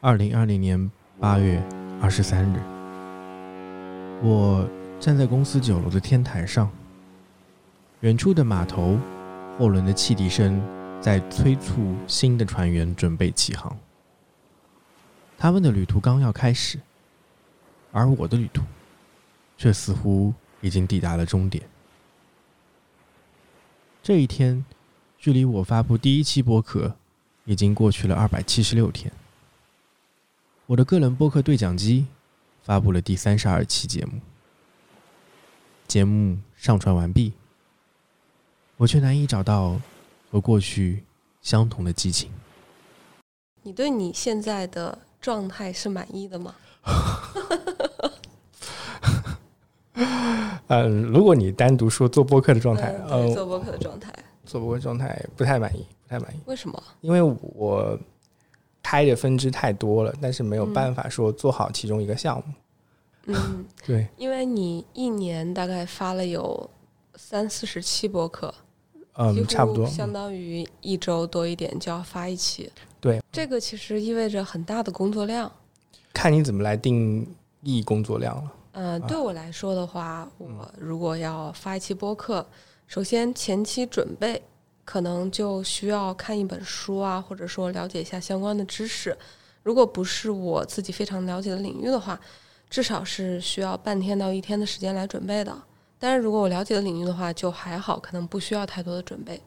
二零二零年八月二十三日，我站在公司九楼的天台上，远处的码头货轮的汽笛声在催促新的船员准备起航。他们的旅途刚要开始，而我的旅途却似乎已经抵达了终点。这一天，距离我发布第一期播客已经过去了二百七十六天。我的个人播客对讲机发布了第三十二期节目，节目上传完毕，我却难以找到和过去相同的激情。你对你现在的状态是满意的吗？呃，如果你单独说做播客的状态，嗯对呃，做播客的状态，做播客状态不太满意，不太满意，为什 么？因为我开的分支太多了，但是没有办法说做好其中一个项目。嗯，对，因为你一年大概发了有三四十期播客，几嗯，乎差不多。相当于一周多一点就要发一期。对，这个其实意味着很大的工作量。看你怎么来定义工作量了。呃，对我来说的话，我如果要发一期播客，首先前期准备可能就需要看一本书啊，或者说了解一下相关的知识。如果不是我自己非常了解的领域的话，至少是需要半天到一天的时间来准备的。但是如果我了解的领域的话，就还好，可能不需要太多的准备。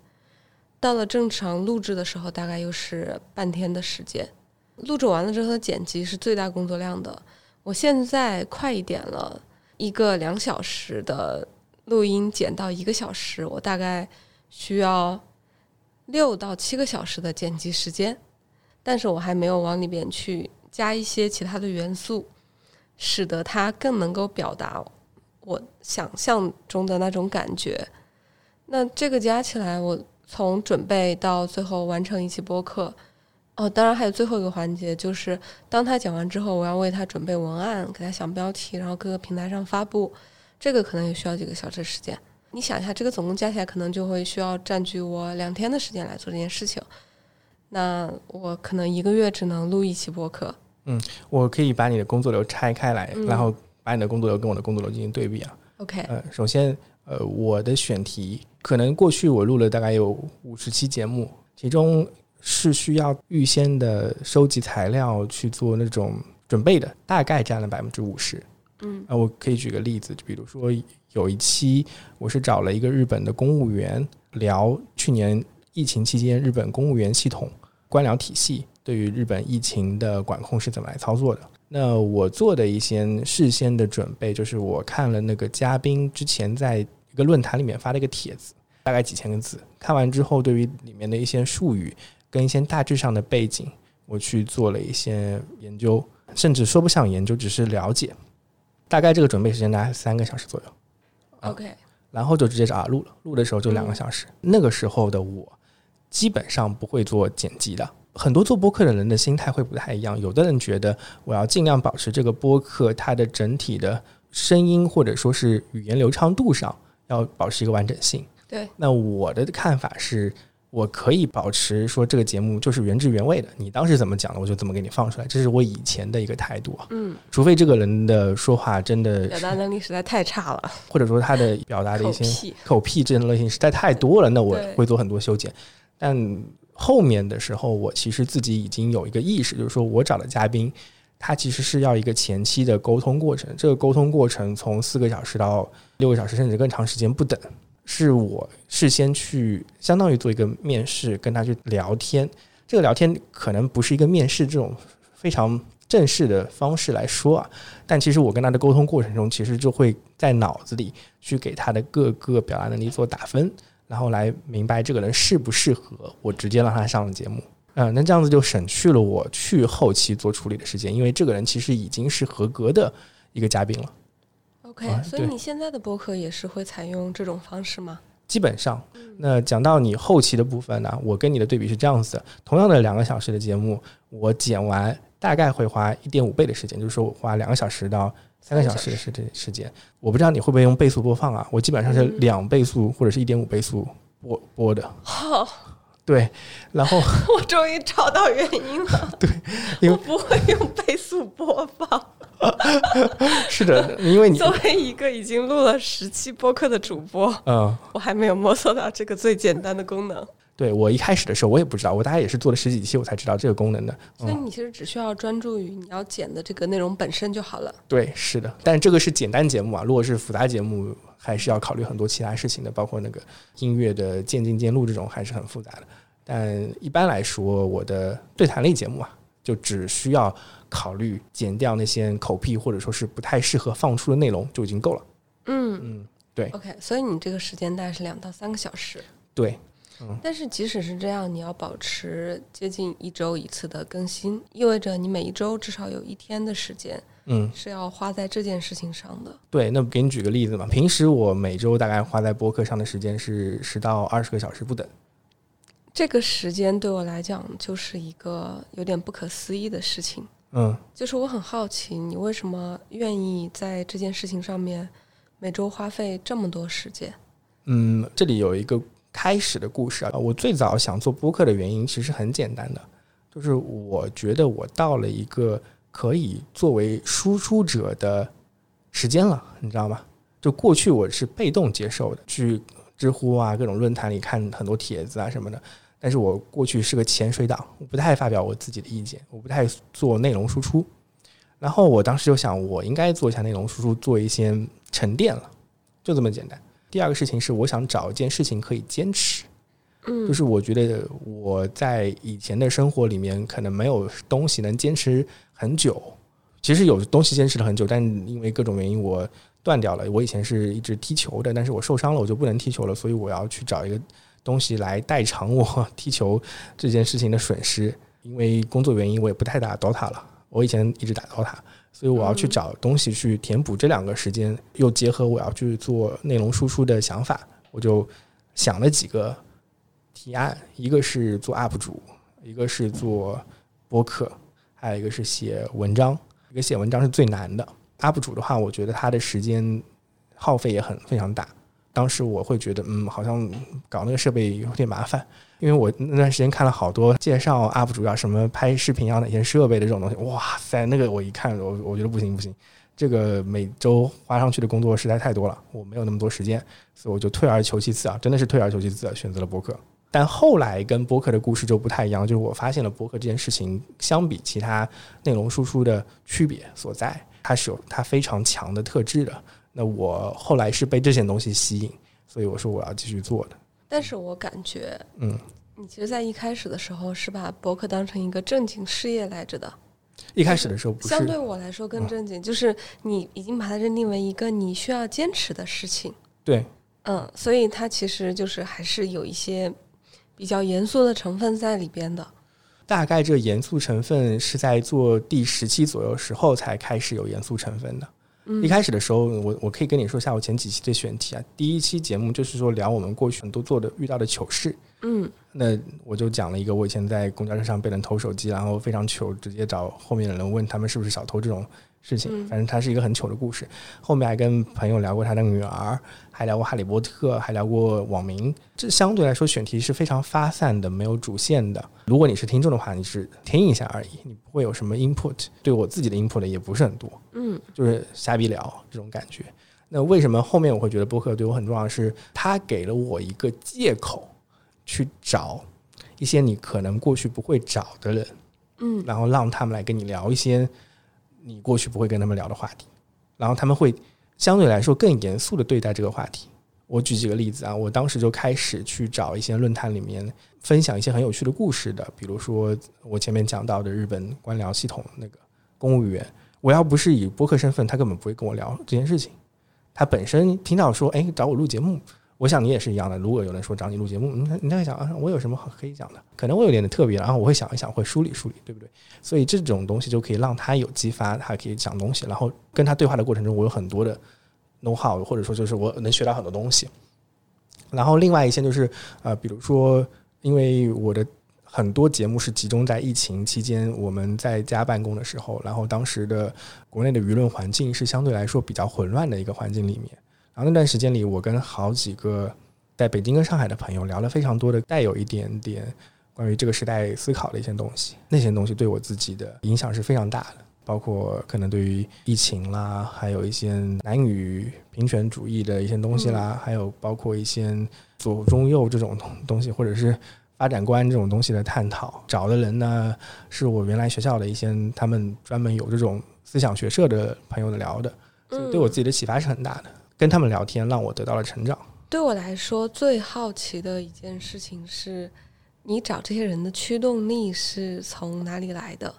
到了正常录制的时候，大概又是半天的时间。录制完了之后的剪辑是最大工作量的。我现在快一点了，一个两小时的录音剪到一个小时，我大概需要六到七个小时的剪辑时间，但是我还没有往里边去加一些其他的元素，使得它更能够表达我想象中的那种感觉。那这个加起来，我从准备到最后完成一期播客，哦，当然还有最后一个环节就是当他讲完之后，我要为他准备文案，给他想标题，然后各个平台上发布，这个可能也需要几个小时时间。你想一下，这个总共加起来可能就会需要占据我两天的时间来做这件事情。那我可能一个月只能录一期播客。我可以把你的工作流拆开来，嗯然后把你的工作流跟我的工作流进行对比啊。 OK，呃，首先，呃，我的选题可能过去我录了大概有五十期节目，其中是需要预先的收集材料去做那种准备的，大概占了百分之五十。嗯，啊，我可以举个例子，就比如说有一期我是找了一个日本的公务员聊去年疫情期间日本公务员系统官僚体系对于日本疫情的管控是怎么来操作的。那我做的一些事先的准备，就是我看了那个嘉宾之前在一个论坛里面发了一个帖子，大概几千个字。看完之后，对于里面的一些术语跟一些大致上的背景，我去做了一些研究，甚至说不上研究，只是了解。大概这个准备时间大概三个小时左右。啊 OK，然后就直接找啊录了，录的时候就两嗯个小时。那个时候的我，基本上不会做剪辑的。很多做播客的人的心态会不太一样，有的人觉得我要尽量保持这个播客它的整体的声音或者说是语言流畅度上要保持一个完整性。对，那我的看法是，我可以保持说这个节目就是原汁原味的，你当时怎么讲的，我就怎么给你放出来，这是我以前的一个态度啊。嗯，除非这个人的说话真的表是，达能力实在太差了，或者说他的表达的口一些癖。口癖这种类型实在太多了，那我对会做很多修剪。但后面的时候，我其实自己已经有一个意识，就是说我找的嘉宾，他其实是要一个前期的沟通过程。这个沟通过程从四个小时到六个小时，甚至更长时间不等，是我事先去相当于做一个面试，跟他去聊天。这个聊天可能不是一个面试这种非常正式的方式来说啊，但其实我跟他的沟通过程中，其实就会在脑子里去给他的各个表达能力做打分，然后来明白这个人适不适合我直接让他上了节目。嗯、那这样子就省去了我去后期做处理的时间，因为这个人其实已经是合格的一个嘉宾了。 OK，、啊所以对你现在的播客也是会采用这种方式吗？ 基本上，那讲到你后期的部分呢、我跟你的对比是这样子的：同样的两个小时的节目，我剪完大概会花一点五倍的时间，就是说我花两个小时到三个小时的时间时间。我不知道你会不会用倍速播放啊？我基本上是嗯两倍速或者是一点五倍速播播的。好、对，然 后我终于找到原因了。 对因为我不会用倍速播放。是的，因 为你作为一个已经录了十期播客的主播，嗯，我还没有摸索到这个最简单的功能。对我一开始的时候我也不知道，我大概也是做了十几期我才知道这个功能的。所以你其实只需要专注于你要剪的这个内容本身就好了。对，是的，但这个是简单节目啊，如果是复杂节目，还是要考虑很多其他事情的，包括那个音乐的渐进渐录这种，还是很复杂的。但一般来说，我的对谈类节目啊，就只需要考虑剪掉那些口癖或者说是不太适合放出的内容就已经够了。嗯嗯， OK，所以你这个时间大概是两到三个小时。对，但是即使是这样，你要保持接近一周一次的更新，意味着你每一周至少有一天的时间嗯，是要花在这件事情上的。对。那给你举个例子嘛，平时我每周大概花在播客上的时间是十到二十个小时不等。这个时间对我来讲就是一个有点不可思议的事情，嗯，就是我很好奇你为什么愿意在这件事情上面每周花费这么多时间。嗯，这里有一个开始的故事啊。我最早想做播客的原因其实很简单的，就是我觉得我到了一个可以作为输出者的时间了，你知道吗？就过去我是被动接受的，去知乎啊各种论坛里看很多帖子啊什么的。但是我过去是个潜水党，我不太发表我自己的意见，我不太做内容输出。然后我当时就想，我应该做一下内容输出，做一些沉淀了，就这么简单。第二个事情是，我想找一件事情可以坚持，嗯，就是我觉得我在以前的生活里面可能没有东西能坚持很久。其实有东西坚持了很久，但因为各种原因我断掉了。我以前是一直踢球的，但是我受伤了，我就不能踢球了，所以我要去找一个东西来代偿我踢球这件事情的损失。因为工作原因，我也不太打 DOTA 了。我以前一直打 DOTA，所以我要去嗯找东西去填补这两个时间，又结合我要去做内容输出的想法，我就想了几个提案，一个是做 UP 主，一个是做播客，还有一个是写文章。一个写文章是最难的，UP 主的话，我觉得他的时间耗费也很非常大。当时我会觉得，嗯，好像搞那个设备有点麻烦，因为我那段时间看了好多介绍 UP 主要什么拍视频要哪些设备的这种东西，哇塞，那个我一看，我我觉得不行不行，这个每周花上去的工作实在太多了，我没有那么多时间，所以我就退而求其次啊，真的是退而求其次、啊，选择了播客。但后来跟播客的故事就不太一样，就是我发现了播客这件事情相比其他内容输出的区别所在，它是有它非常强的特质的。那我后来是被这些东西吸引，所以我说我要继续做的。但是我感觉嗯，你其实，在一开始的时候是把博客当成一个正经事业来着的。一开始的时候不相对是，嗯我来说更正经，就是你已经把它认定为一个你需要坚持的事情。对，嗯，所以它其实就是还是有一些比较严肃的成分在里边的。大概这严肃成分是在做第十期左右时候才开始有严肃成分的。嗯一开始的时候，我我可以跟你说一下我前几期的选题啊。第一期节目就是说聊我们过去很多做的遇到的糗事，嗯那我就讲了一个我以前在公交车上被人偷手机，然后非常糗，直接找后面的人问他们是不是小偷这种事情。嗯反正它是一个很糗的故事。后面还跟朋友聊过他的女儿，还聊过哈利波特，还聊过网名。这相对来说选题是非常发散的，没有主线的。如果你是听众的话，你是听一下而已，你不会有什么 input。对我自己的 input 也不是很多。嗯就是瞎逼聊这种感觉。那为什么后面我会觉得播客对我很重要的是？它给了我一个借口去找一些你可能过去不会找的人，嗯然后让他们来跟你聊一些你过去不会跟他们聊的话题，然后他们会相对来说更严肃的对待这个话题。我举几个例子啊，我当时就开始去找一些论坛里面分享一些很有趣的故事的，比如说我前面讲到的日本官僚系统那个公务员，我要不是以播客身份，他根本不会跟我聊这件事情。他本身听到说，哎，找我录节目，我想你也是一样的。如果有人说找你录节目，嗯那你在想啊，我有什么好可以讲的？可能我有点特别，然后我会想一想，会梳理梳理，对不对？所以这种东西就可以让他有激发，他可以讲东西，然后跟他对话的过程中，我有很多的 know how，或者说就是我能学到很多东西。然后另外一些就是呃，比如说，因为我的很多节目是集中在疫情期间我们在家办公的时候，然后当时的国内的舆论环境是相对来说比较混乱的一个环境里面。然后那段时间里，我跟好几个在北京跟上海的朋友聊了非常多的带有一点点关于这个时代思考的一些东西，那些东西对我自己的影响是非常大的，包括可能对于疫情啦，还有一些男女平权主义的一些东西啦，还有包括一些左中右这种东西，或者是发展观这种东西的探讨。找的人呢，是我原来学校的一些他们专门有这种思想学社的朋友聊的，所嗯以对我自己的启发是很大的。跟他们聊天让我得到了成长。对我来说，最好奇的一件事情是，你找这些人的驱动力是从哪里来的？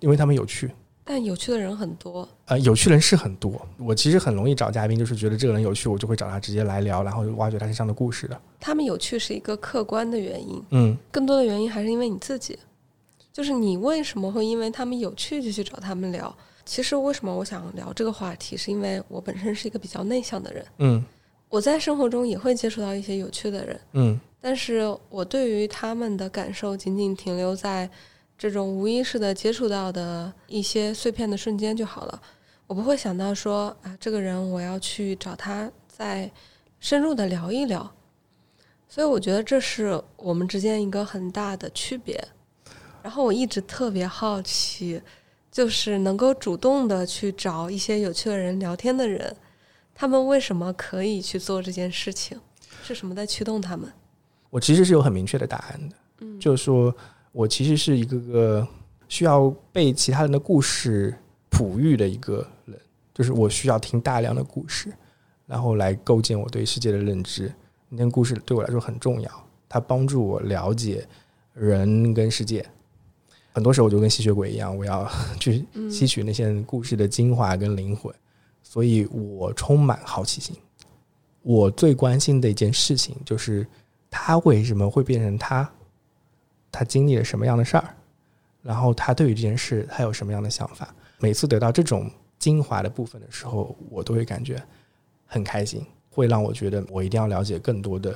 因为他们有趣。但有趣的人很多，呃，有趣人是很多。我其实很容易找嘉宾，就是觉得这个人有趣，我就会找他直接来聊，然后挖掘他身上的故事的。他们有趣是一个客观的原因，嗯，更多的原因还是因为你自己，就是你为什么会因为他们有趣就去找他们聊？其实为什么我想聊这个话题，是因为我本身是一个比较内向的人，嗯我在生活中也会接触到一些有趣的人，嗯但是我对于他们的感受仅仅停留在这种无意识的接触到的一些碎片的瞬间就好了。我不会想到说啊，这个人我要去找他再深入的聊一聊。所以我觉得这是我们之间一个很大的区别。然后我一直特别好奇，就是能够主动的去找一些有趣的人聊天的人，他们为什么可以去做这件事情？是什么在驱动他们？我其实是有很明确的答案的。嗯就是说我其实是一个个需要被其他人的故事哺育的一个人，就是我需要听大量的故事，然后来构建我对世界的认知。那些故事对我来说很重要，它帮助我了解人跟世界。很多时候我就跟吸血鬼一样，我要 去嗯吸取那些故事的精华跟灵魂，所以我充满好奇心。我最关心的一件事情就是，他为什么会变成他？他经历了什么样的事儿？然后他对于这件事，他有什么样的想法？每次得到这种精华的部分的时候，我都会感觉很开心，会让我觉得我一定要了解更多的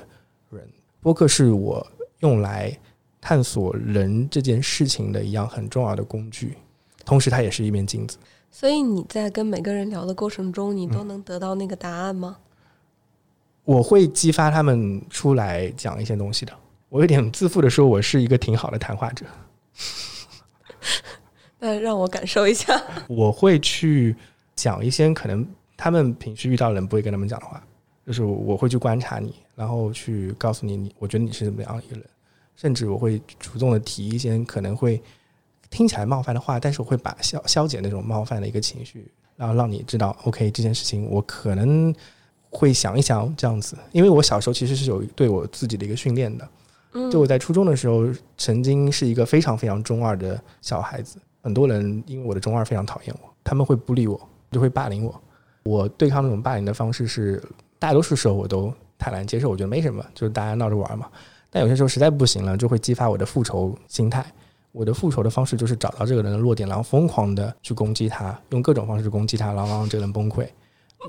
人。播客是我用来探索人这件事情的一样很重要的工具，同时它也是一面镜子。所以你在跟每个人聊的过程中，你嗯都能得到那个答案吗？我会激发他们出来讲一些东西的。我有点自负的说，我是一个挺好的谈话者。那呃让我感受一下。 我会去讲一些可能他们平时遇到的人不会跟他们讲的话，就是我会去观察你，然后去告诉你你我觉得你是怎么样一个人，甚至我会主动的提一些可能会听起来冒犯的话，但是我会把消消解那种冒犯的一个情绪，然后让你知道，OK 这件事情我可能会想一想这样子，因为我小时候其实是有对我自己的一个训练的，嗯，就我在初中的时候，曾经是一个非常非常中二的小孩子，很多人因为我的中二非常讨厌我，他们会不理我，就会霸凌我。我对抗那种霸凌的方式是，大多数时候我都坦然接受，我觉得没什么，就是大家闹着玩嘛。但有些时候实在不行了，就会激发我的复仇心态。我的复仇的方式就是找到这个人的弱点，然后疯狂的去攻击他，用各种方式去攻击他，然后让这个人崩溃。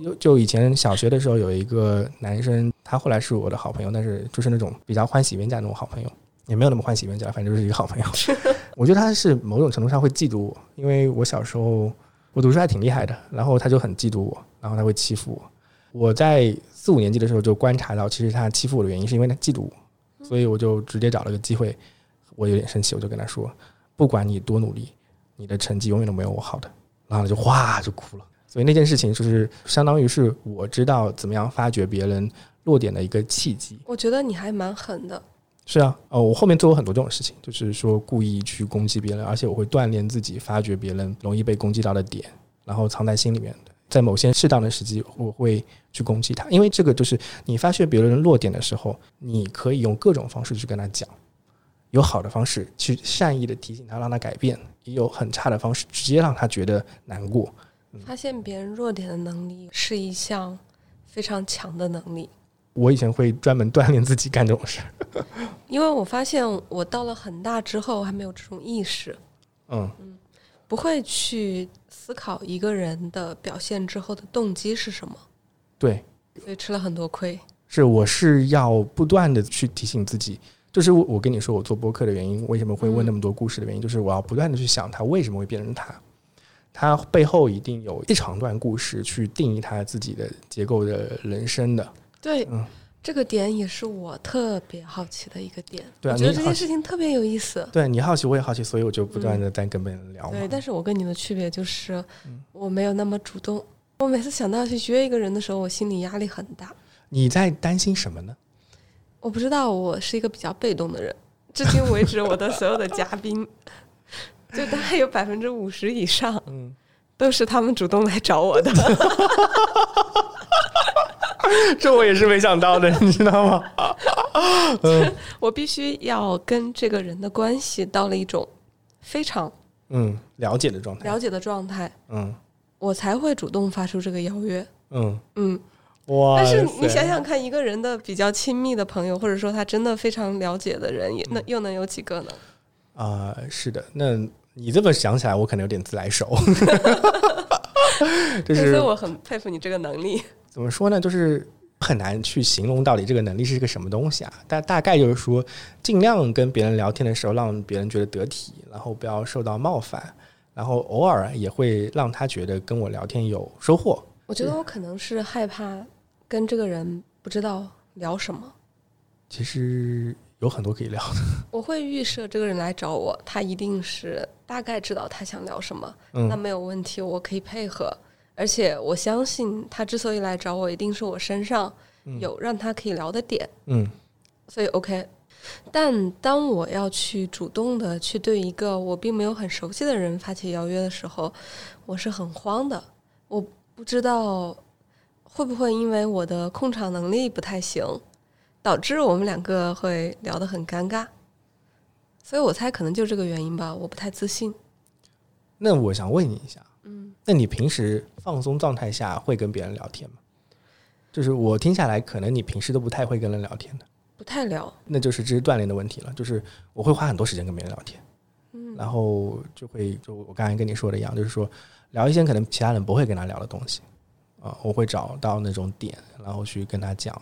就就以前小学的时候，有一个男生，他后来是我的好朋友，但是就是那种比较欢喜冤家那种好朋友，也没有那么欢喜冤家，反正就是一个好朋友。 我觉得他是某种程度上会嫉妒我，因为我小时候我读书还挺厉害的，然后他就很嫉妒我，然后他会欺负我。我在四五年级的时候就观察到，其实他欺负我的原因是因为他嫉妒我，所以我就直接找了个机会，我有点生气，我就跟他说，不管你多努力，你的成绩永远都没有我好的。然后他就哗就哭了。所以那件事情就是相当于是我知道怎么样发掘别人弱点的一个契机。我觉得你还蛮狠的。是啊，呃，我后面做过很多这种事情，就是说故意去攻击别人，而且我会锻炼自己发掘别人容易被攻击到的点，然后藏在心里面。在某些适当的时机，我会去攻击他，因为这个就是你发现别人弱点的时候，你可以用各种方式去跟他讲，有好的方式去善意的提醒他，让他改变，也有很差的方式直接让他觉得难过。发现别人弱点的能力是一项非常强的能力，我以前会专门锻炼自己干这种事儿。因为我发现我到了很大之后还没有这种意识，嗯不会去思考一个人的表现之后的动机是什么，，对，所以吃了很多亏。是我是要不断的去提醒自己，就是我我跟你说我做播客的原因，为什么会问那么多故事的原因，就是我要不断的去想他为什么会变成他，他背后一定有一长段故事去定义他自己的结构的人生的。对，嗯这个点也是我特别好奇的一个点。对啊我觉得你这好件奇事情特别有意思。对你好奇，我也好奇，所以我就不断的在跟别人聊嘛。对，但是我跟你的区别就是嗯，我没有那么主动。我每次想到去约一个人的时候，我心里压力很大。你在担心什么呢？我不知道，我是一个比较被动的人。至今为止，我的所有的嘉宾，就大概有百分之五十以上，嗯， 都是他们主动来找我的。 这我也是没想到的，你知道吗？我必须要跟这个人的关系到了一种非常 嗯，了解的状态。了解的状态，嗯我才会主动发出这个邀约。嗯，嗯，哇！但是你想，想看，一个人的比较亲密的朋友，或者说他真的非常了解的人，嗯也那又能有几个呢？啊、是的，那你这么想起来，我可能有点自来 熟。就所以是我很佩服你这个能力。怎么说呢，就是很难去形容到底这个能力是个什么东西啊。但大概就是说，尽量跟别人聊天的时候，让别人觉得得体，然后不要受到冒犯，然后偶尔也会让他觉得跟我聊天有收获。 我觉得我可能是害怕跟这个人不知道聊什么，其实有很多可以聊的，我会预设这个人来找我，他一定是大概知道他想聊什么，那嗯没有问题，我可以配合。而且我相信他之所以来找我，一定是我身上嗯有让他可以聊的点，嗯所以 OK。但当我要去主动的去对一个我并没有很熟悉的人发起邀约的时候，我是很慌的，我不知道会不会因为我的控场能力不太行，导致我们两个会聊得很尴尬。所以我猜可能就这个原因吧，我不太自信。那我想问你一下，嗯，那你平时放松状态下会跟别人聊天吗？就是我听下来，可能你平时都不太会跟人聊天的，不太聊。那就是这是锻炼的问题了。就是我会花很多时间跟别人聊天，嗯，然后就会就我刚才跟你说的一样，就是说聊一些可能其他人不会跟他聊的东西啊、我会找到那种点，然后去跟他讲，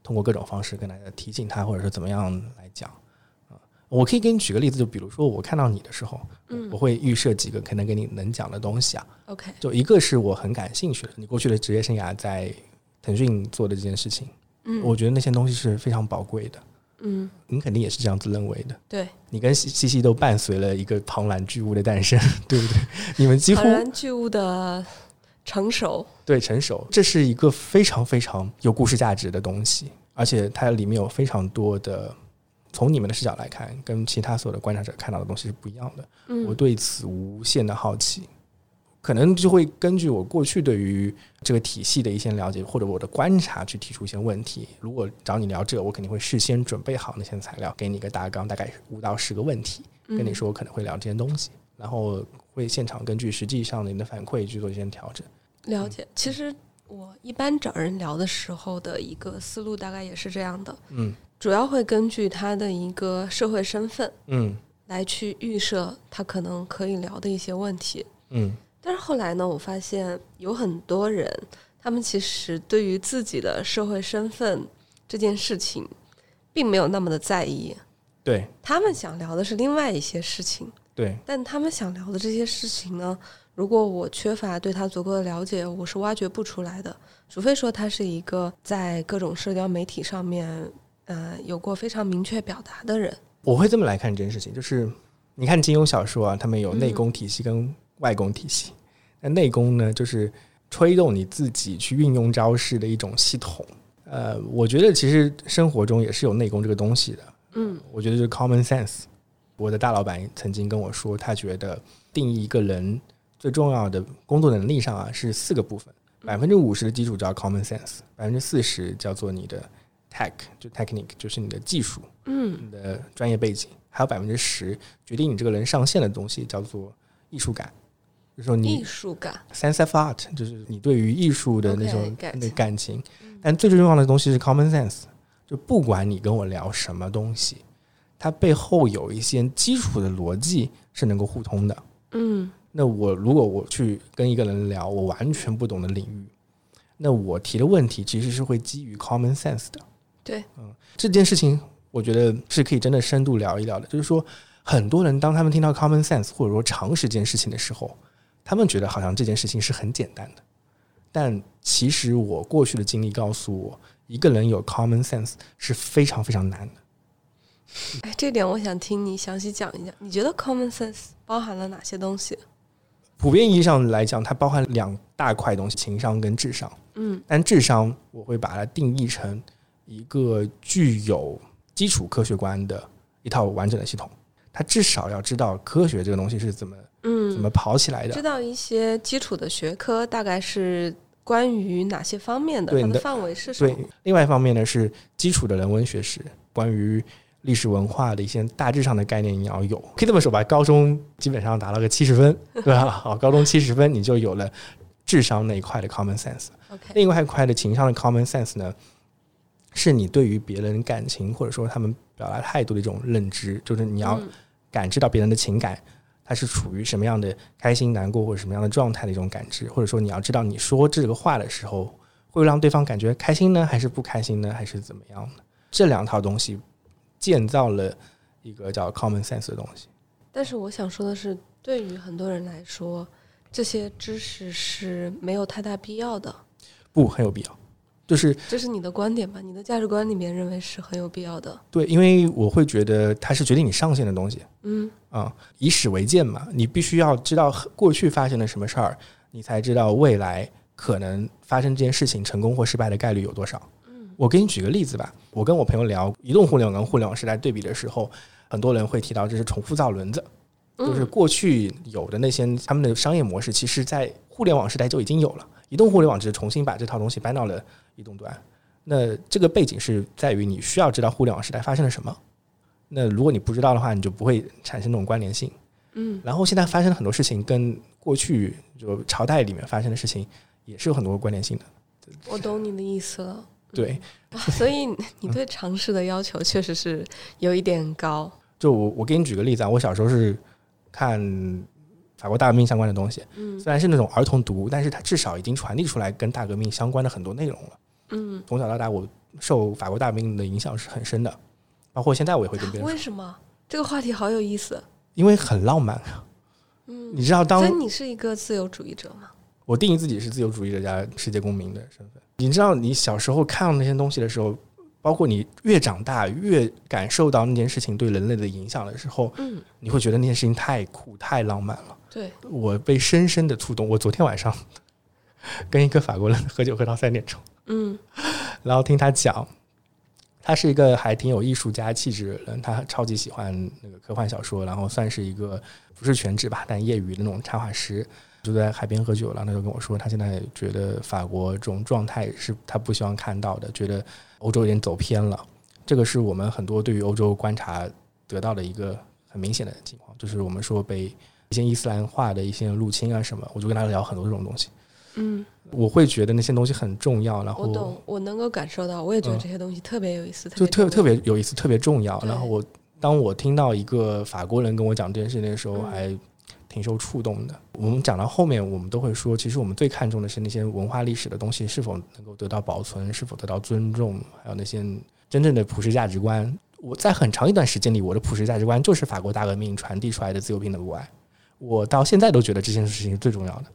通过各种方式跟他提醒他，或者说怎么样来讲啊、我可以给你举个例子，就比如说我看到你的时候，嗯我会预设几个可能跟你能讲的东西啊， OK，就一个是我很感兴趣的，你过去的职业生涯在腾讯做的这件事情，嗯，我觉得那些东西是非常宝贵的，嗯，你肯定也是这样子认为的。对，你跟西西西都伴随了一个庞然巨物的诞生， 对不对？你们几乎庞然巨物的成熟，对成熟，这是一个非常非常有故事价值的东西，而且它里面有非常多的，从你们的视角来看，跟其他所有的观察者看到的东西是不一样的。我嗯，对此无限的好奇，可能就会根据我过去对于这个体系的一些了解，或者我的观察去提出一些问题。如果找你聊这个，我肯定会事先准备好那些材料，给你一个大纲，大概五到十个问题，跟你说我可能会聊这些东西，然后会现场根据实际上你的反馈去做一些调整。嗯了解。其实我一般找人聊的时候的一个思路大概也是这样的，嗯主要会根据他的一个社会身份嗯来去预设他可能可以聊的一些问题。嗯但是后来呢，我发现有很多人，他们其实对于自己的社会身份这件事情，并没有那么的在意。对他们想聊的是另外一些事情，对，但他们想聊的这些事情呢，如果我缺乏对他足够的了解，我是挖掘不出来的。除非说他是一个在各种社交媒体上面，呃，有过非常明确表达的人。我会这么来看这件事情，就是你看金庸小说啊，他们有内功体系跟外功体系。那内功呢，就是推动你自己去运用招式的一种系统。呃，我觉得其实生活中也是有内功这个东西的。嗯我觉得就是 common sense。我的大老板曾经跟我说，他觉得定义一个人最重要的工作能力上啊是四个部分，百分之五十的基础叫 common sense，百分之四十叫做你的 tech，就 technique，就是你的技术。嗯你的专业背景，还有百分之十决定你这个人上线的东西叫做艺术感，就是说艺你术感， sense of art，就是你对于艺术的那种 OK，那感情嗯感情。但最重要的东西是 common sense，就不管你跟我聊什么东西，它背后有一些基础的逻辑是能够互通的。嗯那我如果我去跟一个人聊我完全不懂的领域，那我提的问题其实是会基于 common sense 的。对，嗯，这件事情我觉得是可以真的深度聊一聊的。就是说，很多人当他们听到 common sense 或者说常识这件事情的时候，他们觉得好像这件事情是很简单的，但其实我过去的经历告诉我，一个人有 common sense 是非常非常难的。哎，这点我想听你详细讲一讲。你觉得 common sense 包含了哪些东西？普遍意义上来讲，它包含两大块东西：情商跟智商。嗯但智商我会把它定义成一个具有基础科学观的一套完整的系统。它至少要知道科学这个东西是怎么嗯，怎么啊跑起来的知，道一些基础的学科大概是关于哪些方面的？对它你的的范围是什对么？，另外一方面呢是基础的人文学识，关于历史文化的一些大致上的概念你要有。可以这么说吧，高中基本上达到个七十分，对吧？ 好，高中七十分你就有了智商那一块的 common sense。 OK，另外一块的情商的 common sense 呢，是你对于别人感情或者说他们表达态度的一种认知，就是你要嗯感知到别人的情感，他是处于什么样的开心、难过或者什么样的状态的一种感知，或者说你要知道你说这个话的时候，会让对方感觉开心呢，还是不开心呢，还是怎么样呢？这两套东西建造了一个叫 common sense 的东西。但是我想说的是，对于很多人来说，这些知识是没有太大必要的。不很有必要，就是这是你的观点吧？你的价值观里面认为是很有必要的。对，因为我会觉得它是决定你上限的东西，嗯啊、以史为鉴嘛，你必须要知道过去发生了什么事儿，你才知道未来可能发生这件事情成功或失败的概率有多少。我给你举个例子吧，我跟我朋友聊移动互联网跟互联网时代对比的时候，很多人会提到这是重复造轮子，就是过去有的那些他们的商业模式，其实在互联网时代就已经有了，移动互联网只是重新把这套东西搬到了移动端。那这个背景是在于你需要知道互联网时代发生了什么。那如果你不知道的话，你就不会产生那种关联性。嗯，然后现在发生了很多事情，跟过去就朝代里面发生的事情也是有很多关联性的。我懂你的意思了。 对，哇，所以你你对常识的要求确实是有一点高。就我我给你举个例子啊，我小时候是看法国大革命相关的东西，嗯虽然是那种儿童读物，但是它至少已经传递出来跟大革命相关的很多内容了。嗯，从小到大，我受法国大革命的影响是很深的，包括现在我也会跟别人啊为说，什么这个话题好有意思？因为很浪漫。嗯，你知道，当所以你是一个自由主义者吗？我定义自己是自由主义者加世界公民的身份。你知道，你小时候看到那些东西的时候，包括你越长大越感受到那件事情对人类的影响的时候，嗯，你会觉得那件事情太酷、太浪漫了。对，我被深深的触动。我昨天晚上 跟一个法国人喝酒，喝到三点钟，嗯然后听他讲，他是一个还挺有艺术家气质的人，他超级喜欢那个科幻小说，然后算是一个不是全职吧，但业余的那种插画师。就在海边喝酒，然后他就跟我说，他现在觉得法国这种状态是他不希望看到的，觉得欧洲有点走偏了。这个是我们很多对于欧洲观察得到的一个很明显的情况，就是我们说被一些伊斯兰化的一些入侵啊什么，我就跟他聊很多这种东西。嗯，我会觉得那些东西很重要，然后嗯我懂，我能够感受到，我也觉得这些东西特别有意思，就特特别特别有意思，特别重要。对然后我当我听到一个法国人跟我讲这件事情的时候，嗯还挺受触动的。我们讲到后面，我们都会说，其实我们最看重的是那些文化历史的东西是否能够得到保存，是否得到尊重，还有那些真正的普世价值观。我在很长一段时间里，我的普世价值观就是法国大革命传递出来的自由平等博爱。我到现在都觉得这件事情是最重要的。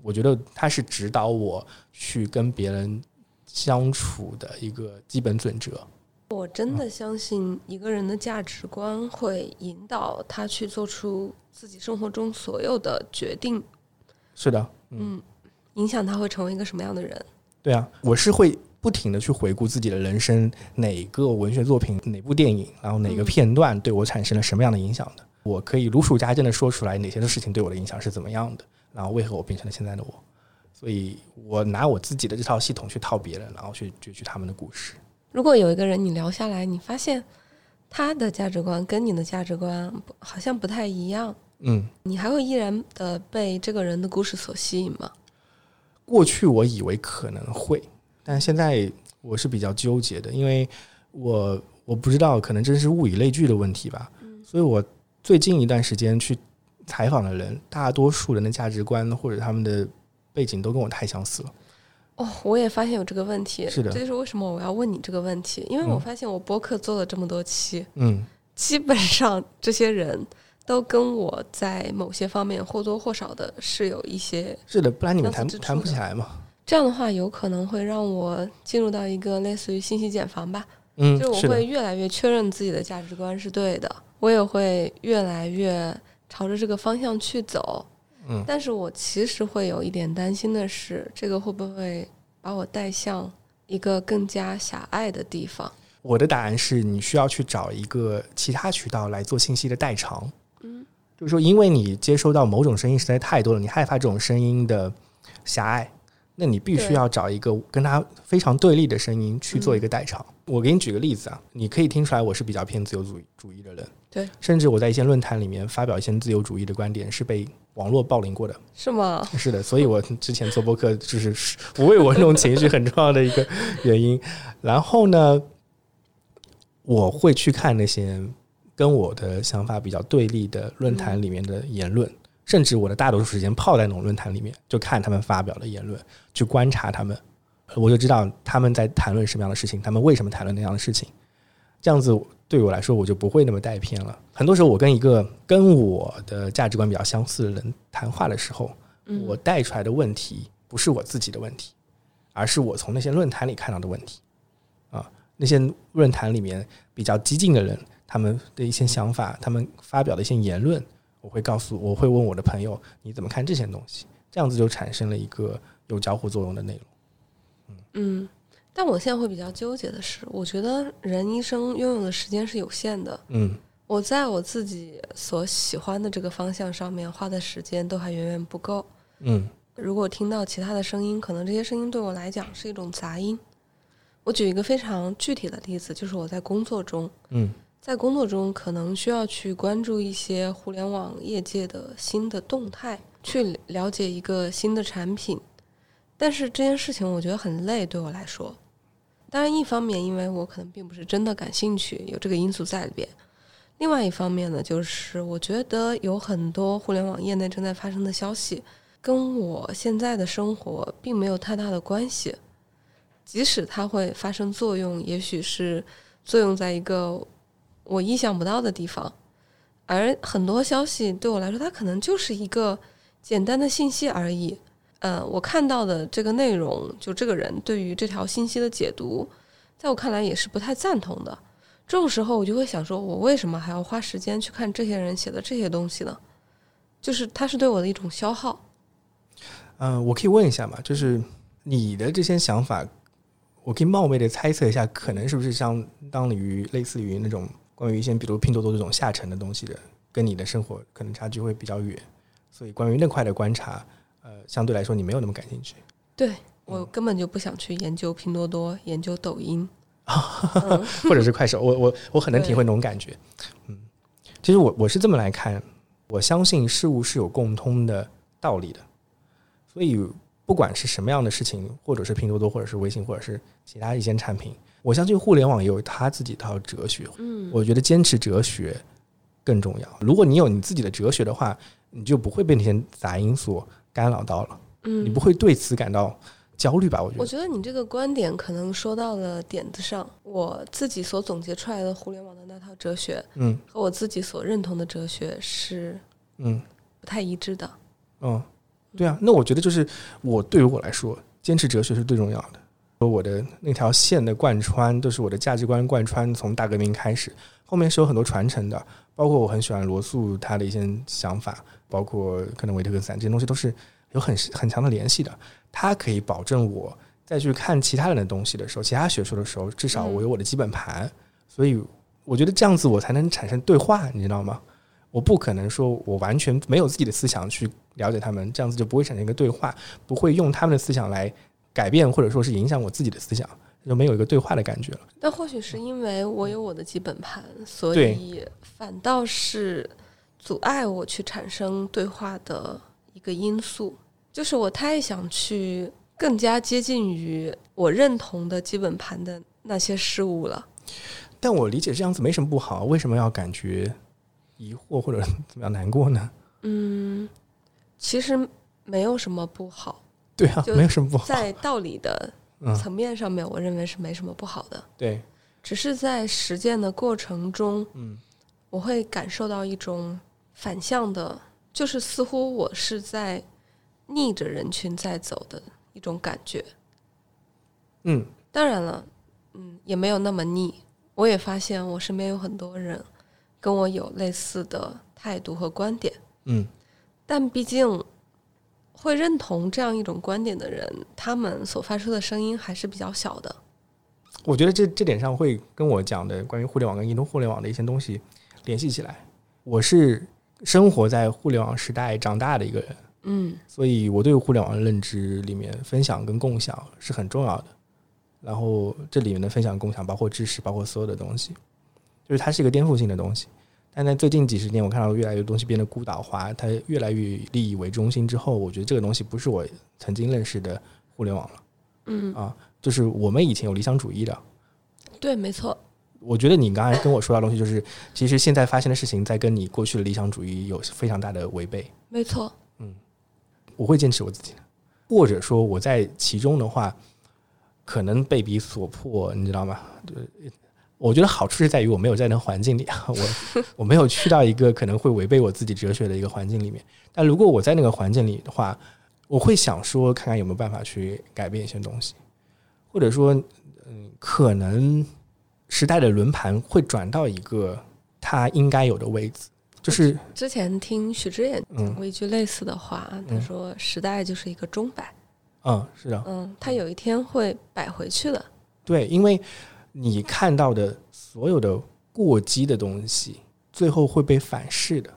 我觉得它是指导我去跟别人相处的一个基本准则。我嗯真的相信一个人的价值观会引导他去做出自己生活中所有的决定，是的，嗯，影响他会成为一个什么样的人。对啊，我是会不停的去回顾自己的人生，哪个文学作品、哪部电影，然后哪个嗯片段对我产生了什么样的影响的。我可以如数家珍的说出来哪些事情对我的影响是怎么样的，然后为何我变成了现在的我。所以我拿我自己的这套系统去套别人，然后去攫取他们的故事。如果有一个人你聊下来，你发现他的价值观跟你的价值观不好像不太一样，嗯，你还会依然的被这个人的故事所吸引吗？过去我以为可能会，但现在我是比较纠结的，因为我我不知道，可能真是物以类聚的问题吧。嗯所以我最近一段时间去采访的人，大多数人的价值观或者他们的背景都跟我太相似了。哦，我也发现有这个问题，是的这就是为什么我要问你这个问题，因为我嗯发现我播客做了这么多期，嗯，基本上这些人都跟我在某些方面或多或少的是有一些是的，不然你们谈相似之处谈不的起来嘛。这样的话有可能会让我进入到一个类似于信息茧房吧，嗯，就是我是会的，越来越确认自己的价值观是对的，我也会越来越朝着这个方向去走。嗯但是我其实会有一点担心的是，这个会不会把我带向一个更加狭隘的地方？我的答案是你需要去找一个其他渠道来做信息的代偿。嗯，就是说，因为你接收到某种声音实在太多了，你害怕这种声音的狭隘，那你必须对嗯要找一个跟它非常对立的声音去做一个代偿。我给你举个例子啊，你可以听出来我是比较偏自由主义主义的人，对，甚至我在一些论坛里面发表一些自由主义的观点是被网络霸凌过的。是吗？是的，所以我之前做播客就是抚慰我这种情绪很重要的一个原因。然后呢，我会去看那些跟我的想法比较对立的论坛里面的言论，甚至我的大多数时间泡在那种论坛里面，就看他们发表的言论，去观察他们，我就知道他们在谈论什么样的事情，他们为什么谈论那样的事情。这样子对我来说，我就不会那么带偏了。很多时候，我跟一个跟我的价值观比较相似的人谈话的时候，嗯我带出来的问题不是我自己的问题，而是我从那些论坛里看到的问题。啊，那些论坛里面比较激进的人，他们的一些想法，他们发表的一些言论，我会告诉，我会问我的朋友，你怎么看这些东西？这样子就产生了一个有交互作用的内容。嗯，但我现在会比较纠结的是，我觉得人一生拥有的时间是有限的。嗯我在我自己所喜欢的这个方向上面花的时间都还远远不够。嗯如果听到其他的声音，可能这些声音对我来讲是一种杂音。我举一个非常具体的例子，就是我在工作中，嗯在工作中可能需要去关注一些互联网业界的新的动态，去了解一个新的产品。但是这件事情我觉得很累，对我来说。当然，一方面因为我可能并不是真的感兴趣，有这个因素在里边；另外一方面呢，就是我觉得有很多互联网业内正在发生的消息，跟我现在的生活并没有太大的关系。即使它会发生作用，也许是作用在一个我意想不到的地方。而很多消息对我来说，它可能就是一个简单的信息而已。呃，我看到的这个内容，就这个人对于这条信息的解读，在我看来也是不太赞同的。这种时候，我就会想说，我为什么还要花时间去看这些人写的这些东西呢？就是它是对我的一种消耗。嗯、呃我可以问一下嘛，就是你的这些想法，我可以冒昧的猜测一下，可能是不是相当于类似于那种关于一些比如拼多多这种下沉的东西的，跟你的生活可能差距会比较远，所以关于那块的观察，呃，相对来说你没有那么感兴趣。对我根本就不想去研究拼多多，研究抖音。 或者是快手，我我我很能体会那种感觉。嗯，其实我我是这么来看，我相信事物是有共通的道理的，所以不管是什么样的事情，或者是拼多多，或者是微信，或者是其他一些产品，我相信互联网也有它自己一套哲学。嗯，我觉得坚持哲学更重要。如果你有你自己的哲学的话，你就不会被那些杂音所干扰到了，嗯，你不会对此感到焦虑吧？我觉我得，觉得你这个观点可能说到了点子上。我自己所总结出来的互联网的那套哲学嗯和我自己所认同的哲学是嗯。不太一致的。嗯，对啊，那我觉得就是我对于我来说，坚持哲学是最重要的。我的那条线的贯穿，都是我的价值观贯穿，从大革命开始，后面是有很多传承的，包括我很喜欢罗素他的一些想法，包括可能维特根斯坦这些东西都是有很很强的联系的。它可以保证我再去看其他人的东西的时候，其他学说的时候，至少我有我的基本盘，所以我觉得这样子我才能产生对话，你知道吗？我不可能说我完全没有自己的思想去了解他们，这样子就不会产生一个对话，不会用他们的思想来改变或者说是影响我自己的思想，就没有一个对话的感觉了。但或许是因为我有我的基本盘，所对以反倒是阻碍我去产生对话的一个因素，就是我太想去更加接近于我认同的基本盘的那些事物了。但我理解这样子没什么不好，为什么要感觉疑惑或者怎么样难过呢？嗯，其实没有什么不好，对啊，就没有什么不好。在道理的嗯，层面上面，我认为是没什么不好的，对，只是在实践的过程中，嗯我会感受到一种反向的，就是似乎我是在逆着人群在走的一种感觉。嗯，当然了，嗯，也没有那么腻。我也发现我身边有很多人跟我有类似的态度和观点，嗯，但毕竟会认同这样一种观点的人，他们所发出的声音还是比较小的。我觉得这这点上会跟我讲的关于互联网跟移动互联网的一些东西联系起来。我是生活在互联网时代长大的一个人，嗯，所以我对互联网的认知里面，分享跟共享是很重要的。然后这里面的分享、共享，包括知识，包括所有的东西，就是它是一个颠覆性的东西。但在最近几十年，我看到越来越多东西变得孤岛化，它越来越以利益为中心之后，我觉得这个东西不是我曾经认识的互联网了。嗯啊，就是我们以前有理想主义的，对，没错，我觉得你刚才跟我说到的东西，就是其实现在发生的事情在跟你过去的理想主义有非常大的违背。没错，我会坚持我自己的，或者说我在其中的话，可能被逼所迫，你知道吗？对我觉得好处是在于我没有在那个环境里， 啊，我我没有去到一个可能会违背我自己哲学的一个环境里面。但如果我在那个环境里的话，我会想说，看看有没有办法去改变一些东西，或者说，嗯，可能时代的轮盘会转到一个它应该有的位置，就是之前听许知远讲过一句类似的话，啊他嗯说：“时代就是一个钟摆，嗯，是的，嗯，它有一天会摆回去的。对，因为你看到的所有的过激的东西，最后会被反噬的。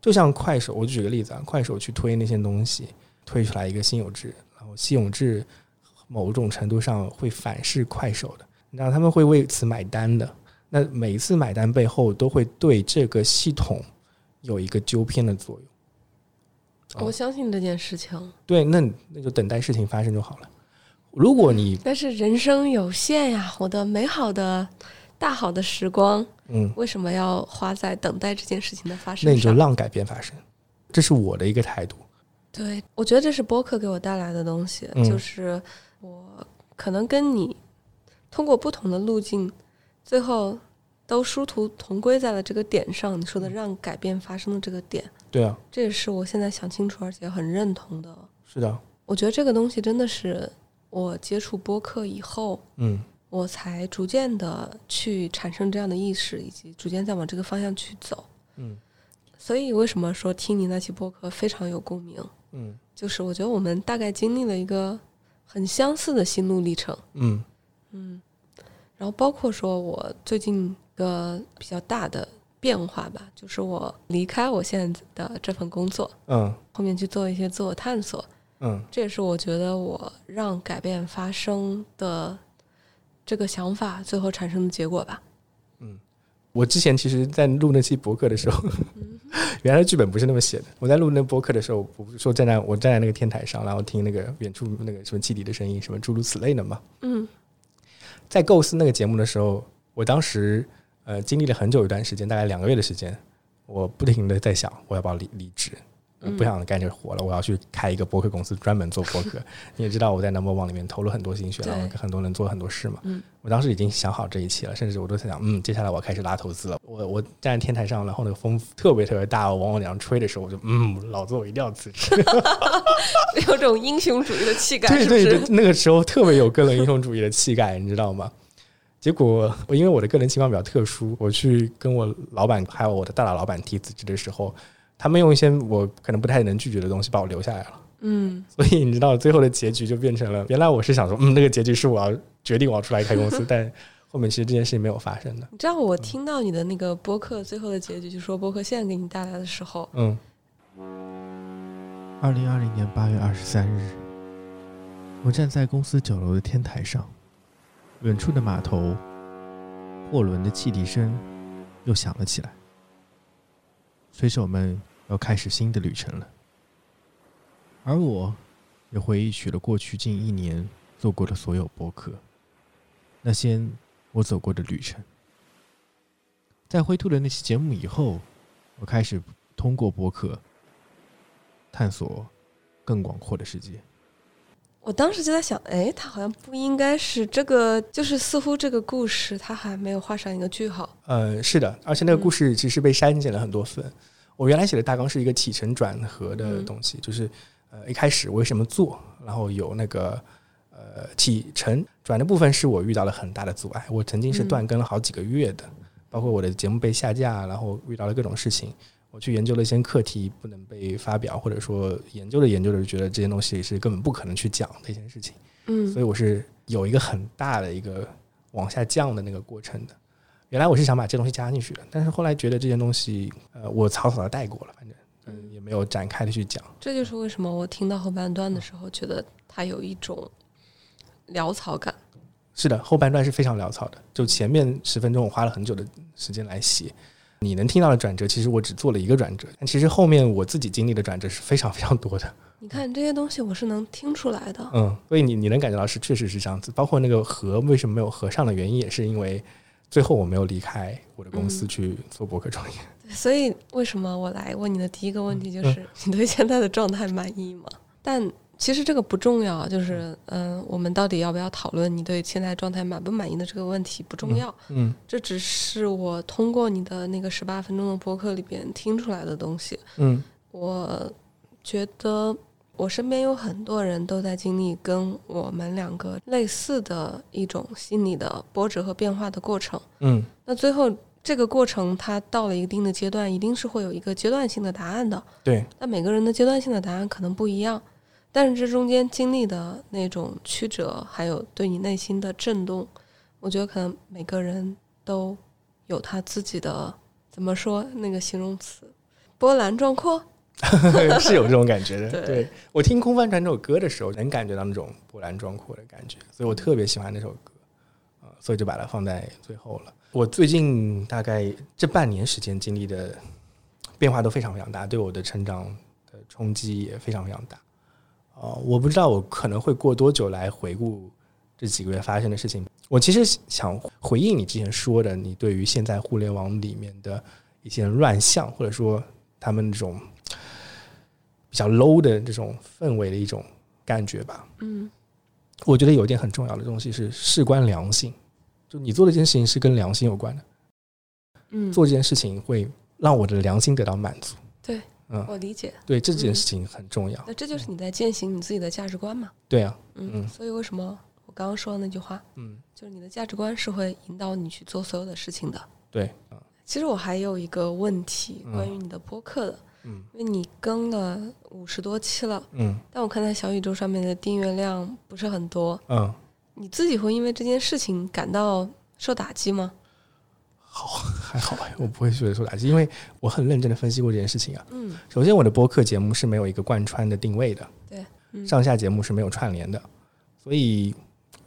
就像快手，我举个例子啊，快手去推那些东西，推出来一个辛有志，然后辛有志某种程度上会反噬快手的，然后他们会为此买单的。那每一次买单背后都会对这个系统有一个纠偏的作用。哦我相信这件事情，对，那那就等待事情发生就好了。如果你但是人生有限呀，我的美好的、大好的时光，嗯，为什么要花在等待这件事情的发那生你就上？让改变发生，这是我的一个态度。对，我觉得这是播客给我带来的东西，嗯就是我可能跟你通过不同的路径，最后都殊途同归在了这个点上。你说的让改变发生的这个点，对啊，这也是我现在想清楚而且很认同的。是的，我觉得这个东西真的是我接触播客以后，嗯我才逐渐的去产生这样的意识，以及逐渐在往这个方向去走。嗯所以为什么说听你那期播客非常有共鸣？嗯就是我觉得我们大概经历了一个很相似的心路历程，嗯嗯，然后包括说我最近一个比较大的变化吧，就是我离开我现在的这份工作，嗯后面去做一些自我探索，嗯这也是我觉得我让改变发生的这个想法最后产生的结果吧。 嗯。我之前其实，在录那期博客的时候， 原来剧本不是那么写的。我在录那博客的时候，我不是说站在我站在那个天台上，然后听那个远处那个什么汽笛的声音，什么诸如此类的嘛。嗯在构思那个节目的时候，我当时呃经历了很久一段时间，大概两个月的时间，我不停的在想，我要不要离离职？我不想干这活了，我要去开一个博客公司，专门做博客。你也知道我在 Number One 里面投了很多心血，对然后跟很多人做了很多事嘛。嗯我当时已经想好这一切了，甚至我都在想，嗯，接下来我要开始拉投资了。我我站在天台上，然后那个风特别特别大，我往我脸上吹的时候，我就嗯，老子我一定要辞职。有种英雄主义的气概，对是不对是？对，那个时候特别有个人英雄主义的气概，你知道吗？结果我因为我的个人情况比较特殊，我去跟我老板还有我的大大老板提辞职的时候，他们用一些我可能不太能拒绝的东西把我留下来了。嗯， 所以你知道最后的结局就变成了，原来我是想说，嗯，那个结局是我要决定我要出来开公 司，但后面其实这件事情没有发生的。你知道我听到你的那个播客最后的结局，就说播客现在给你带来的时候，嗯二零二零年八月二十三日，我站在公司九楼的天台上，远处的码头，货轮的汽笛声又响了起来。水手们要开始新的旅程了，而我也回忆起了过去近一年做过的所有博客，那些我走过的旅程。在灰兔的那期节目以后，我开始通过博客探索更广阔的世界。我当时就在想，哎，他好像不应该是这个，就是似乎这个故事他还没有画上一个句号。呃，是的，而且那个嗯故事其实被删减了很多份。我原来写的大纲是一个起承转合的嗯东西，就是呃一开始为什么做，然后有那个呃起承转的部分是我遇到了很大的阻碍，我曾经嗯是断更了好几个月的，包括我的节目被下架，然后遇到了各种事情。我去研究了一些课题不能被发表，或者说研究着研究着就觉得这些东西是根本不可能去讲的一件事情。嗯所以我是有一个很大的一个往下降的那个过程的。原来我是想把这东西加进去的，但是后来觉得这件东西，呃，我草草的带过了，反正嗯也没有展开的去讲。这就是为什么我听到后半段的时候，觉得它有一种潦草感。是的，后半段是非常潦草的，就前面十分钟我花了很久的时间来写。你能听到的转折，其实我只做了一个转折，但其实后面我自己经历的转折是非常非常多的。你看这些东西，我是能听出来的。嗯，所以你你能感觉到是确实是这样子。包括那个合为什么没有合上的原因，也是因为最后我没有离开我的公司嗯去做博客创业。所以为什么我来问你的第一个问题就是， 你对现在的状态满意吗？但其实这个不重要，就是嗯、我们到底要不要讨论你对现在状态满不满意的这个问题不重要，嗯这只是我通过你的那个十八分钟的播客里边听出来的东西。嗯我觉得我身边有很多人都在经历跟我们两个类似的一种心理的波折和变化的过程。嗯那最后这个过程，它到了一定的阶段，一定是会有一个阶段性的答案的。对，那每个人的阶段性的答案可能不一样，但是这中间经历的那种曲折，还有对你内心的震动，我觉得可能每个人都有他自己的怎么说那个形容词，波澜壮阔。 是有这种感觉的。对我听《空帆船》这首歌的时候，能感觉到那种波澜壮阔的感觉，所以我特别喜欢那首歌，呃，所以就把它放在最后了。我最近大概这半年时间经历的变化都非常非常大，对我的成长的冲击也非常非常大。哦、我不知道我可能会过多久来回顾这几个月发生的事情。我其实想回应你之前说的，你对于现在互联网里面的一些乱象，或者说他们这种比较 low 的这种氛围的一种感觉吧。嗯我觉得有一点很重要的东西是事关良心，就你做的这件事情是跟良心有关的，嗯，做这件事情会让我的良心得到满足。对，嗯，我理解。对，这件事情很重要。那这就是你在践行你自己的价值观嘛？对啊，嗯，嗯所以为什么我刚刚说的那句话，嗯，就是你的价值观是会引导你去做所有的事情的。对，其实我还有一个问题嗯关于你的播客的，嗯因为你更了五十多期了，嗯但我看在小宇宙上面的订阅量不是很多，嗯，你自己会因为这件事情感到受打击吗？还好吧，我不会觉得受打击，因为我很认真的分析过这件事情啊。嗯首先，我的播客节目是没有一个贯穿的定位的，对嗯上下节目是没有串联的，所以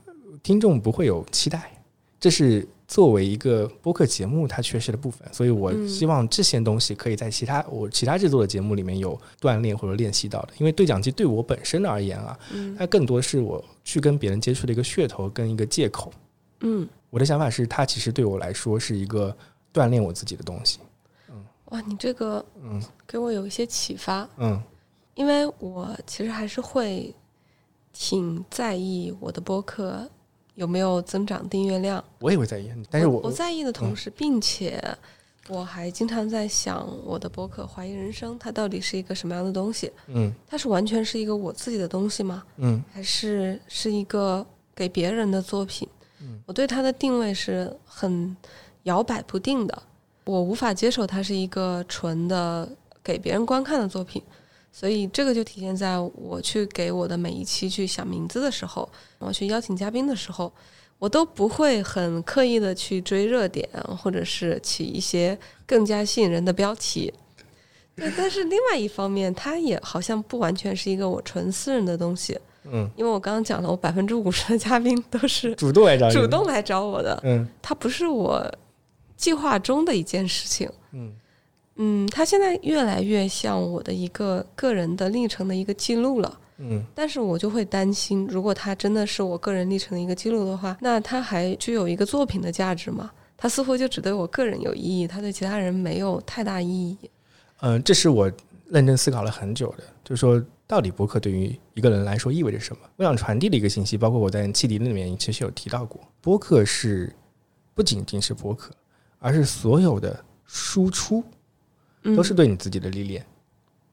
呃听众不会有期待，这是作为一个播客节目它缺失的部分，所以我嗯希望这些东西可以在其他我其他制作的节目里面有锻炼或者练习到的，因为对讲机对我本身而言啊，嗯它更多是我去跟别人接触的一个噱头跟一个借口。嗯，我的想法是，它其实对我来说是一个锻炼我自己的东西。哇，你这个嗯给我有一些启发，嗯因为我其实还是会挺在意我的播客有没有增长订阅量。我也会在意，但是我我嗯在意的同时，并且我还经常在想我的博客《怀疑人生》，它到底是一个什么样的东西？嗯它是完全是一个我自己的东西吗？嗯还是是一个给别人的作品？我对它的定位是很摇摆不定的，我无法接受它是一个纯的给别人观看的作品。所以这个就体现在我去给我的每一期去想名字的时候，我去邀请嘉宾的时候，我都不会很刻意的去追热点，或者是起一些更加吸引人的标题。对，但是另外一方面，它也好像不完全是一个我纯私人的东西，嗯，因为我刚刚讲了，我百分之五十的 嘉宾都是主动来找你，主动来找我的，嗯它不是我计划中的一件事情。嗯嗯，它现在越来越像我的一个个人的历程的一个记录了。嗯但是我就会担心，如果它真的是我个人历程的一个记录的话，那它还具有一个作品的价值吗？它似乎就只对我个人有意义，它对其他人没有太大意义。嗯，这是我认真思考了很久的，就是说到底博客对于一个人来说意味着什么？我想传递的一个信息，包括我在汽笛里面其实有提到过，播客是不仅仅是播客，而是所有的输出嗯都是对你自己的历练。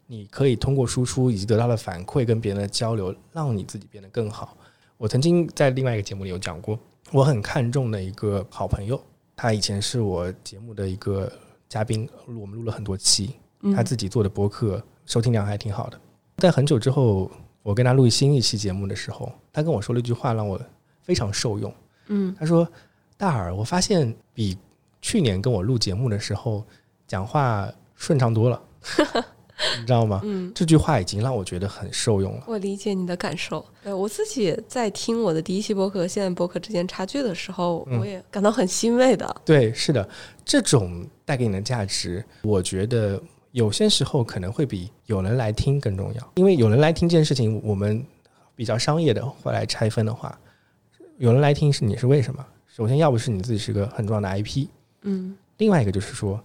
你可以通过输出以及得到的反馈跟别人的交流，让你自己变得更好。我曾经在另外一个节目里有讲过，我很看重的一个好朋友，他以前是我节目的一个嘉宾，我们录了很多期，嗯他自己做的播客收听量还挺好的。在很久之后，我跟他录新一期节目的时候，他跟我说了一句话，让我非常受用。嗯他说：“大耳，我发现比去年跟我录节目的时候讲话顺畅多 了，你知道吗？”嗯，这句话已经让我觉得很受用了。我理解你的感受。对我自己在听我的第一期播客和现在播客之间差距的时候，嗯我也感到很欣慰的。对，是的，这种带给你的价值，我觉得有些时候可能会比有人来听更重要，因为有人来听这件事情，我们比较商业的会来拆分的话，有人来听是你是为什么？首先，要不是你自己是个很重要的 IP，嗯另外一个就是说，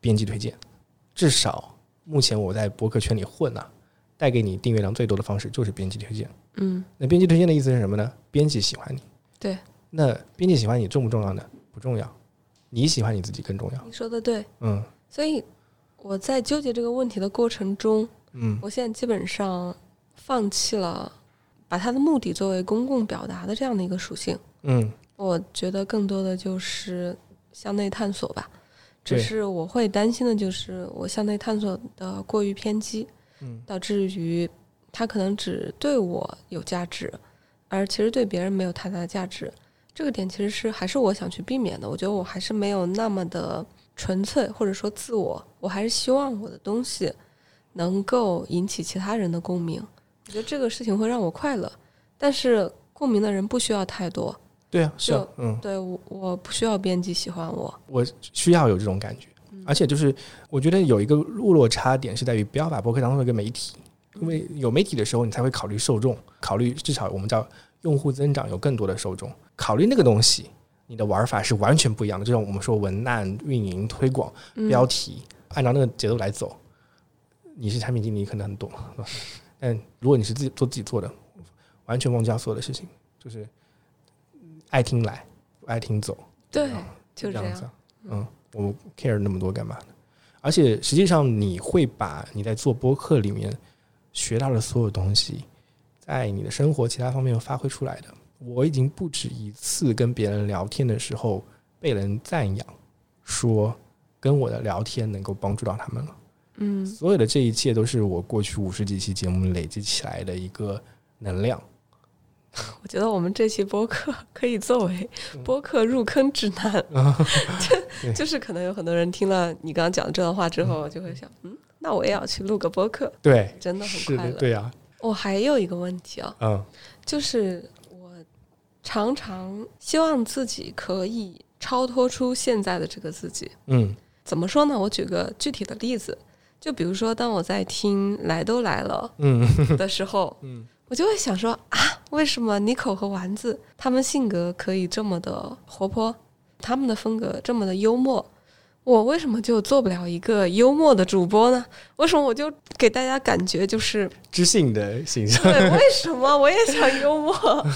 编辑推荐，至少目前我在博客圈里混啊，带给你订阅量最多的方式就是编辑推荐。嗯那编辑推荐的意思是什么呢？编辑喜欢你。对。那编辑喜欢你重不重要呢？不重要，你喜欢你自己更重要。你说的对，嗯所以我在纠结这个问题的过程中，嗯我现在基本上放弃了把它的目的作为公共表达的这样的一个属性。嗯我觉得更多的就是向内探索吧。只对是我会担心的就是我向内探索的过于偏激，嗯导致于它可能只对我有价值，而其实对别人没有太大的价值。这个点其实是还是我想去避免的。我觉得我还是没有那么的纯粹，或者说自我。我还是希望我的东西能够引起其他人的共鸣。我觉得这个事情会让我快乐，但是共鸣的人不需要太多。对啊，是啊嗯，对我，我不需要编辑喜欢我。我需要有这种感觉。而且就是，我觉得有一个落落差点是在于，不要把博客当做一个媒体，因为有媒体的时候，你才会考虑受众，考虑至少我们叫用户增长有更多的受众，考虑那个东西，你的玩法是完全不一样的。就像我们说文案、运营、推广、嗯标题，按照那个节奏来走，你是产品经理，可能很懂，对吧 但如果你是自己做自己做的，完全忘记掉所有的事情，就是嗯爱听来，不爱听走。对啊，就这这样子。。嗯，我 care 那么多干嘛呢？而且实际上，你会把你在做播客里面学到的所有东西，在你的生活其他方面发挥出来的。我已经不止一次跟别人聊天的时候被人赞扬，说跟我的聊天能够帮助到他们了。嗯所有的这一切都是我过去五十几期节目累积起来的一个能量。我觉得我们这期播客 可以作为播客入坑指南，就就是可能有很多人听了你刚刚讲的这段话之后，就会想，嗯，那我也要去录个播客。对，真的很是快的，乐对呀、我还有一个问题啊，嗯就是我常常希望自己可以超脱出现在的这个自己。嗯怎么说呢？我举个具体的例子，就比如说，当我在听《来都来了》嗯 的时候，嗯我就会想说啊，为什么妮蔻和丸子他们性格可以这么的活泼，他们的风格这么的幽默，我为什么就做不了一个幽默的主播呢？为什么我就给大家感觉就是知性的形象。对， 为什么我也想幽默啊？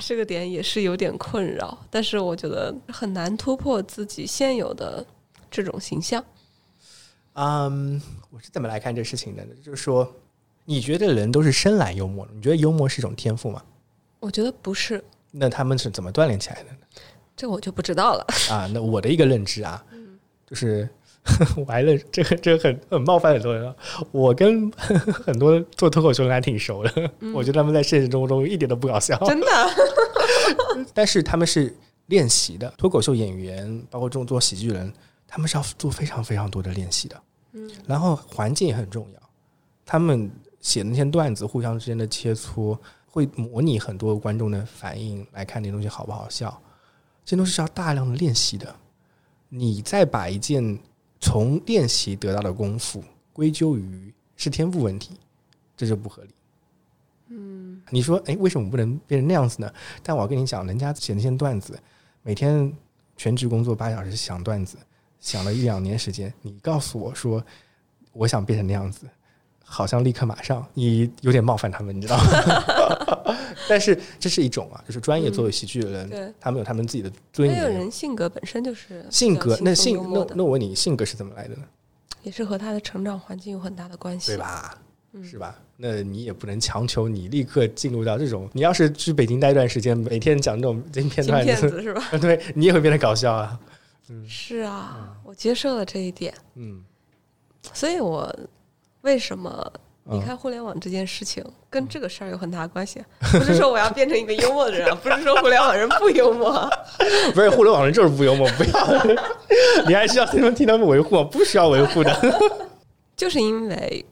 这个点也是有点困扰，但是我觉得很难突破自己现有的这种形象。嗯，我是怎么来看这事情的呢？就是说，你觉得人都是生来幽默的？你觉得幽默是一种天赋吗？我觉得不是，那他们是怎么锻炼起来的呢？这我就不知道了。啊，那我的一个认知啊，就是 我还认这个这个很很冒犯很多人啊。我跟 很多做脱口秀的人还挺熟的，我觉得他们在现实生活中一点都不搞笑，真的，但是他们是练习的。脱口秀演员，包括这种做喜剧人，他们是要做非常非常多的练习的。嗯，然后环境也很重要，他们写的那些段子互相之间的切磋，会模拟很多观众的反应来看这东西好不好笑，这都是需要大量的练习的。你再把一件从练习得到的功夫归咎于是天赋问题，这就不合理。嗯，你说，哎，为什么我不能变成那样子呢？但我要跟你讲，人家写那些段子，每天全职工作八小时想段子，想了一两年时间。你告诉我说，我想变成那样子，好像立刻马上，你有点冒犯他们，你知道吗？但是这是一种啊，就是专业作为喜剧的人，对他们有他们自己的尊还有严。人性格本身就是比较性格，那轻松性幽默那的那我问你，性格是怎么来的呢？也是和他的成长环境有很大的关系对。吧？嗯是吧？那你也不能强求你立刻进入到这种。你要是去北京待一段时间，每天讲这种金片金段骗子，子是吧？ 对你也会变得搞笑啊。是啊，我接受了这一点，嗯，所以我为什么嗯你看互联网这件事情跟这个事儿有很大关 系？不是说我要变成一个幽默的人啊，不是说互联网人不幽默啊，不是互联网人就是不幽默，不要， 你还需要听他们替他们维护吗？不需要维护的。就是因为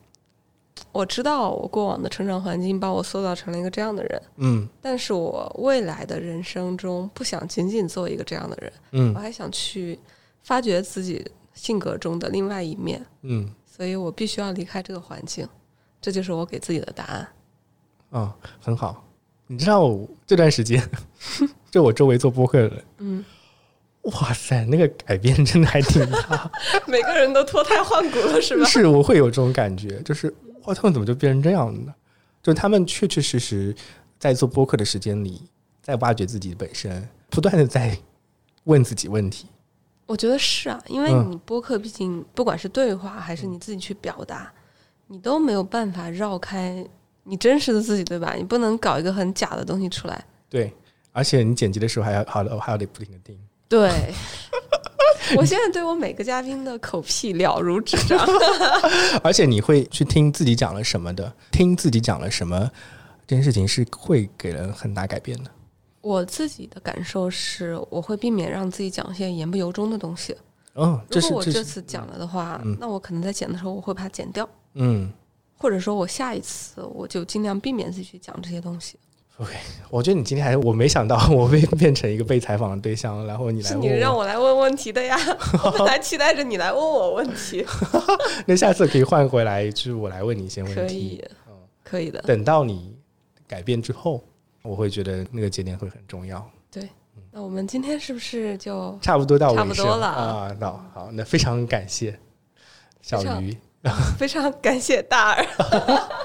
我知道我过往的成长环境把我塑造成了一个这样的人，嗯但是我未来的人生中不想仅仅做一个这样的人，嗯我还想去发掘自己性格中的另外一面，嗯所以我必须要离开这个环境，这就是我给自己的答案。啊、很好。你知道我这段时间，就我周围做播客的人，嗯，哇塞，那个改变真的还挺大， 每个人都脱胎换骨了，是吧？是我会有这种感觉，就是哇，他们怎么就变成这样了呢？就他们确确实实在做播客的时间里，在挖掘自己本身，不断的在问自己问题。 我觉得是啊，因为嗯你播客毕竟不管是对话还是你自己去表达，你都没有办法绕开你真实的自己，对吧？你不能搞一个很假的东西出来。对，而且你剪辑的时候还要好的，还要得不停的盯。对， 我现在对我每个嘉宾的口癖了如指 掌。而且你会去听自己讲了什么的，听自己讲了什么，这件事情是会给人很大改变的。我自己的感受是，我会避免让自己讲一些言不由衷的东西。哦，这如是果我这这是次讲了的话，嗯那我可能在剪的时候我会把它剪掉，嗯，或者说我下一次我就尽量避免自己去讲这些东西。我觉得你今天还我没想到我被变成一个被采访的对象，然后你来是问你我，让我来问问题的呀，我本来期待着你来问我问题，那下次可以换回来，就是我来问你一些问 可题嗯以。，可以的。等到你改变之后，我会觉得那个节点会很重要。嗯那我们今天是不是就 差不多到尾差声不多了啊，那好，那非常感谢小非常鱼。非常感谢大耳？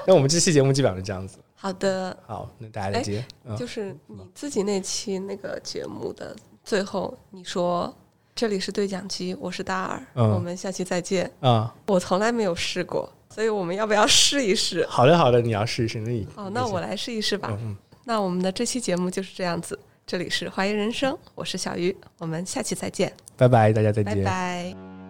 那我们这期节目基本上就这样子。 好的，好，那大家再哎见。嗯就是你自己那期那个节目的最后，你说这里是对讲机，我是大耳，嗯我们下期再见。啊。我从来没有试过，所以我们要不要试一试？好的，好的，你要试一试，那你好，那我来试一试吧。嗯嗯那我们的这期节目就是这样子，这里是怀疑人生，我是小鱼，我们下期再见，拜拜，大家再拜见。拜。